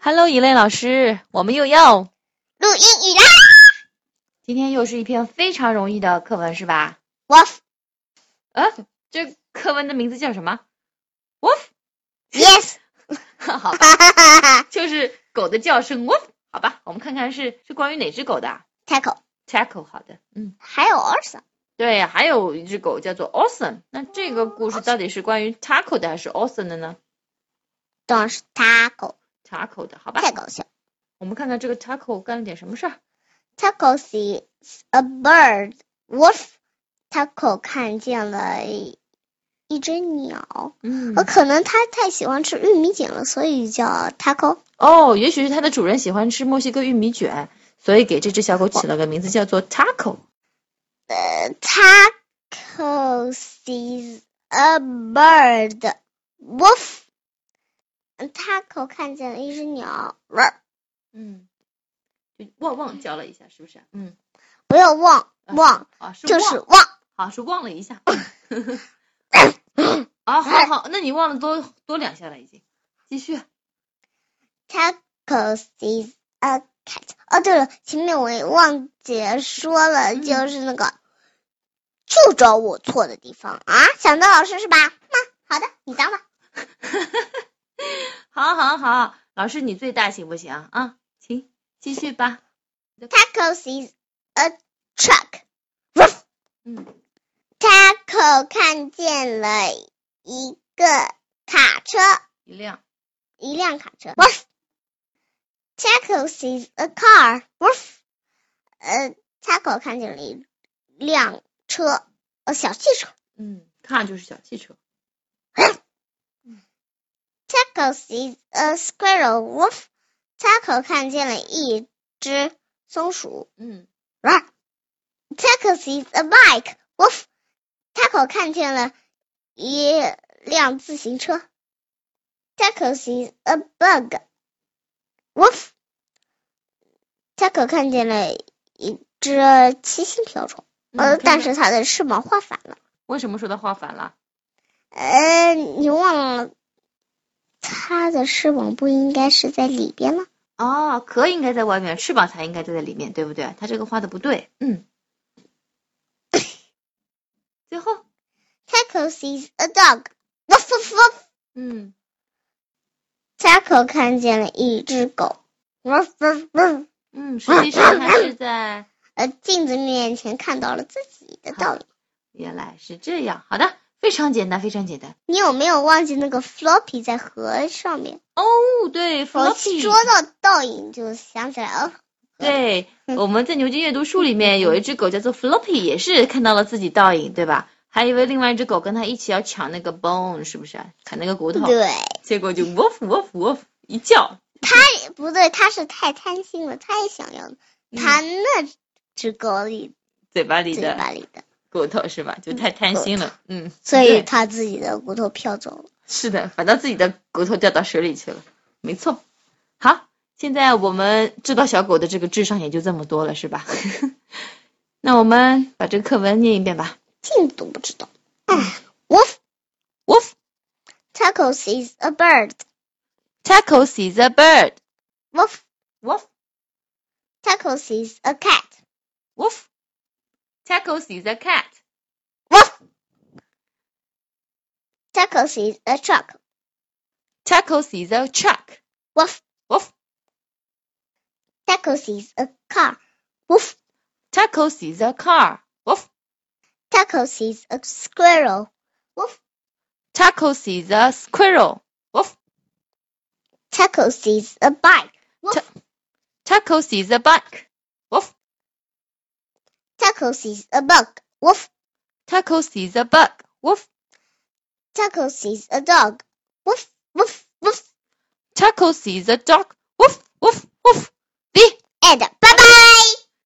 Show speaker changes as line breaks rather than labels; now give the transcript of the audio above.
Hello，以类老师，我们又要
录英语啦！
今天又是一篇非常容易的课文，是吧？
我
呃，这课文的名字叫什么？Woof，
yes，
好吧，
哈哈哈哈！
就是狗的叫声 Woof，好吧，我们看看是是关于哪只狗的啊
tackle
？Taco，好的，嗯，
还有 also
对，还有一只狗叫做 Awesome，那这个故事到底是关于 Taco 的还是 Awesome 的呢
都是 tackle，
？Taco 的，好吧，
太搞笑。
我们看看这个 Taco 干了点什么事儿。
Tackle sees a bird. Wolf Tackle 看见了一只鸟，
嗯
呃，可能它太喜欢吃玉米饼了，所以叫 Tackle。
哦，也许是它的主人喜欢吃墨西哥玉米卷，所以给这只小狗起了个名字叫做 Taco。
呃 Tackle sees a bird. Wolf Tackle 看见了一只鸟，
嗯，就汪汪叫了一下，是不是？嗯，
不要忘
啊
忘，
啊，
嗯
是
就
汪，
是忘。
啊，是汪了一 下。啊，好好，那你忘了多多两下了，已经。继续。
Taco sees a cat。哦，对了，前面我也忘记说了，
嗯
就是那个，就找我错的地方啊！想当老师是吧？那好的，你当吧。
好好好，老师你最大行不行啊？行，继续吧。
Taco sees a 呃 truck。
嗯
Taco 看见了一个卡车，
一辆。
一辆卡车。Woof。Taco sees a car。Woof。呃，Taco 看见了一辆车，呃，小汽车。
嗯，看就是小汽车。
Taco sees a squirrel. Woof. Taco 看见了一只松鼠。
嗯
Rah. Taco sees a bike. Woof. Taco 看见了一辆自行车。Taco sees a bug. Woof. Taco 看见了一只七星瓢虫，呃，
嗯
但是它的翅膀画反了。
为什么说它画反了？
呃，你忘了，它的翅膀不应该是在里边吗？
哦，壳应该在外面，翅膀才应该在里面，对不对？它这个画的不对。嗯。 最后，
Taco sees a dog. Woof woof woof.
嗯。
Taco 看见了一只狗。Woof woof woof。
嗯，实际上它是在，
呃，镜子面前看到了自己的倒影。
原来是这样。好的，非常简单，非常简单。
你有没有忘记那个 floppy 在河上面？
哦，对
我
，floppy，
说到倒影就想起来了。哦
对，我们在牛津阅读树里面有一只狗叫做 floppy，也是看到了自己倒影，对吧？还以为另外一只狗跟它一起要抢那个 bone，是不是啊？啃那个骨头，
对，
结果就 woof woof woof 一叫，
不对，他是太贪心了，太想要了。他那只狗里
嘴巴嗯里
嘴
的
巴里的，
骨头是吧？就太贪心了，嗯，
所以
对
他自己的骨头飘走了。
是的，反倒自己的骨头掉到水里去了，没错。好，现在我们知道小狗的这个智商也就这么多了，是吧？ 那我们把这个课文念一遍吧。
镜子都不知道。哎，Woof
Wolf
tackle sees a bird.
tackle sees a bird.
Woof
Wolf
tackle sees a cat.
wolf tackle sees a cat.
Woof tackle sees a truck.
Tackle sees a truck.
Woof
Woof
tackle sees a car. Woof
tackle sees a car. Wolf
tackle sees a squirrel. Woof
tackle sees a squirrel. Wolf
tackle sees a bike.
tackle sees a bike. Wolf
Tackle sees a bug. Woof
tackle sees a bug. Wolf
tackle sees a dog. Woof woof woof
tackle sees a dog. Woof woof woof. The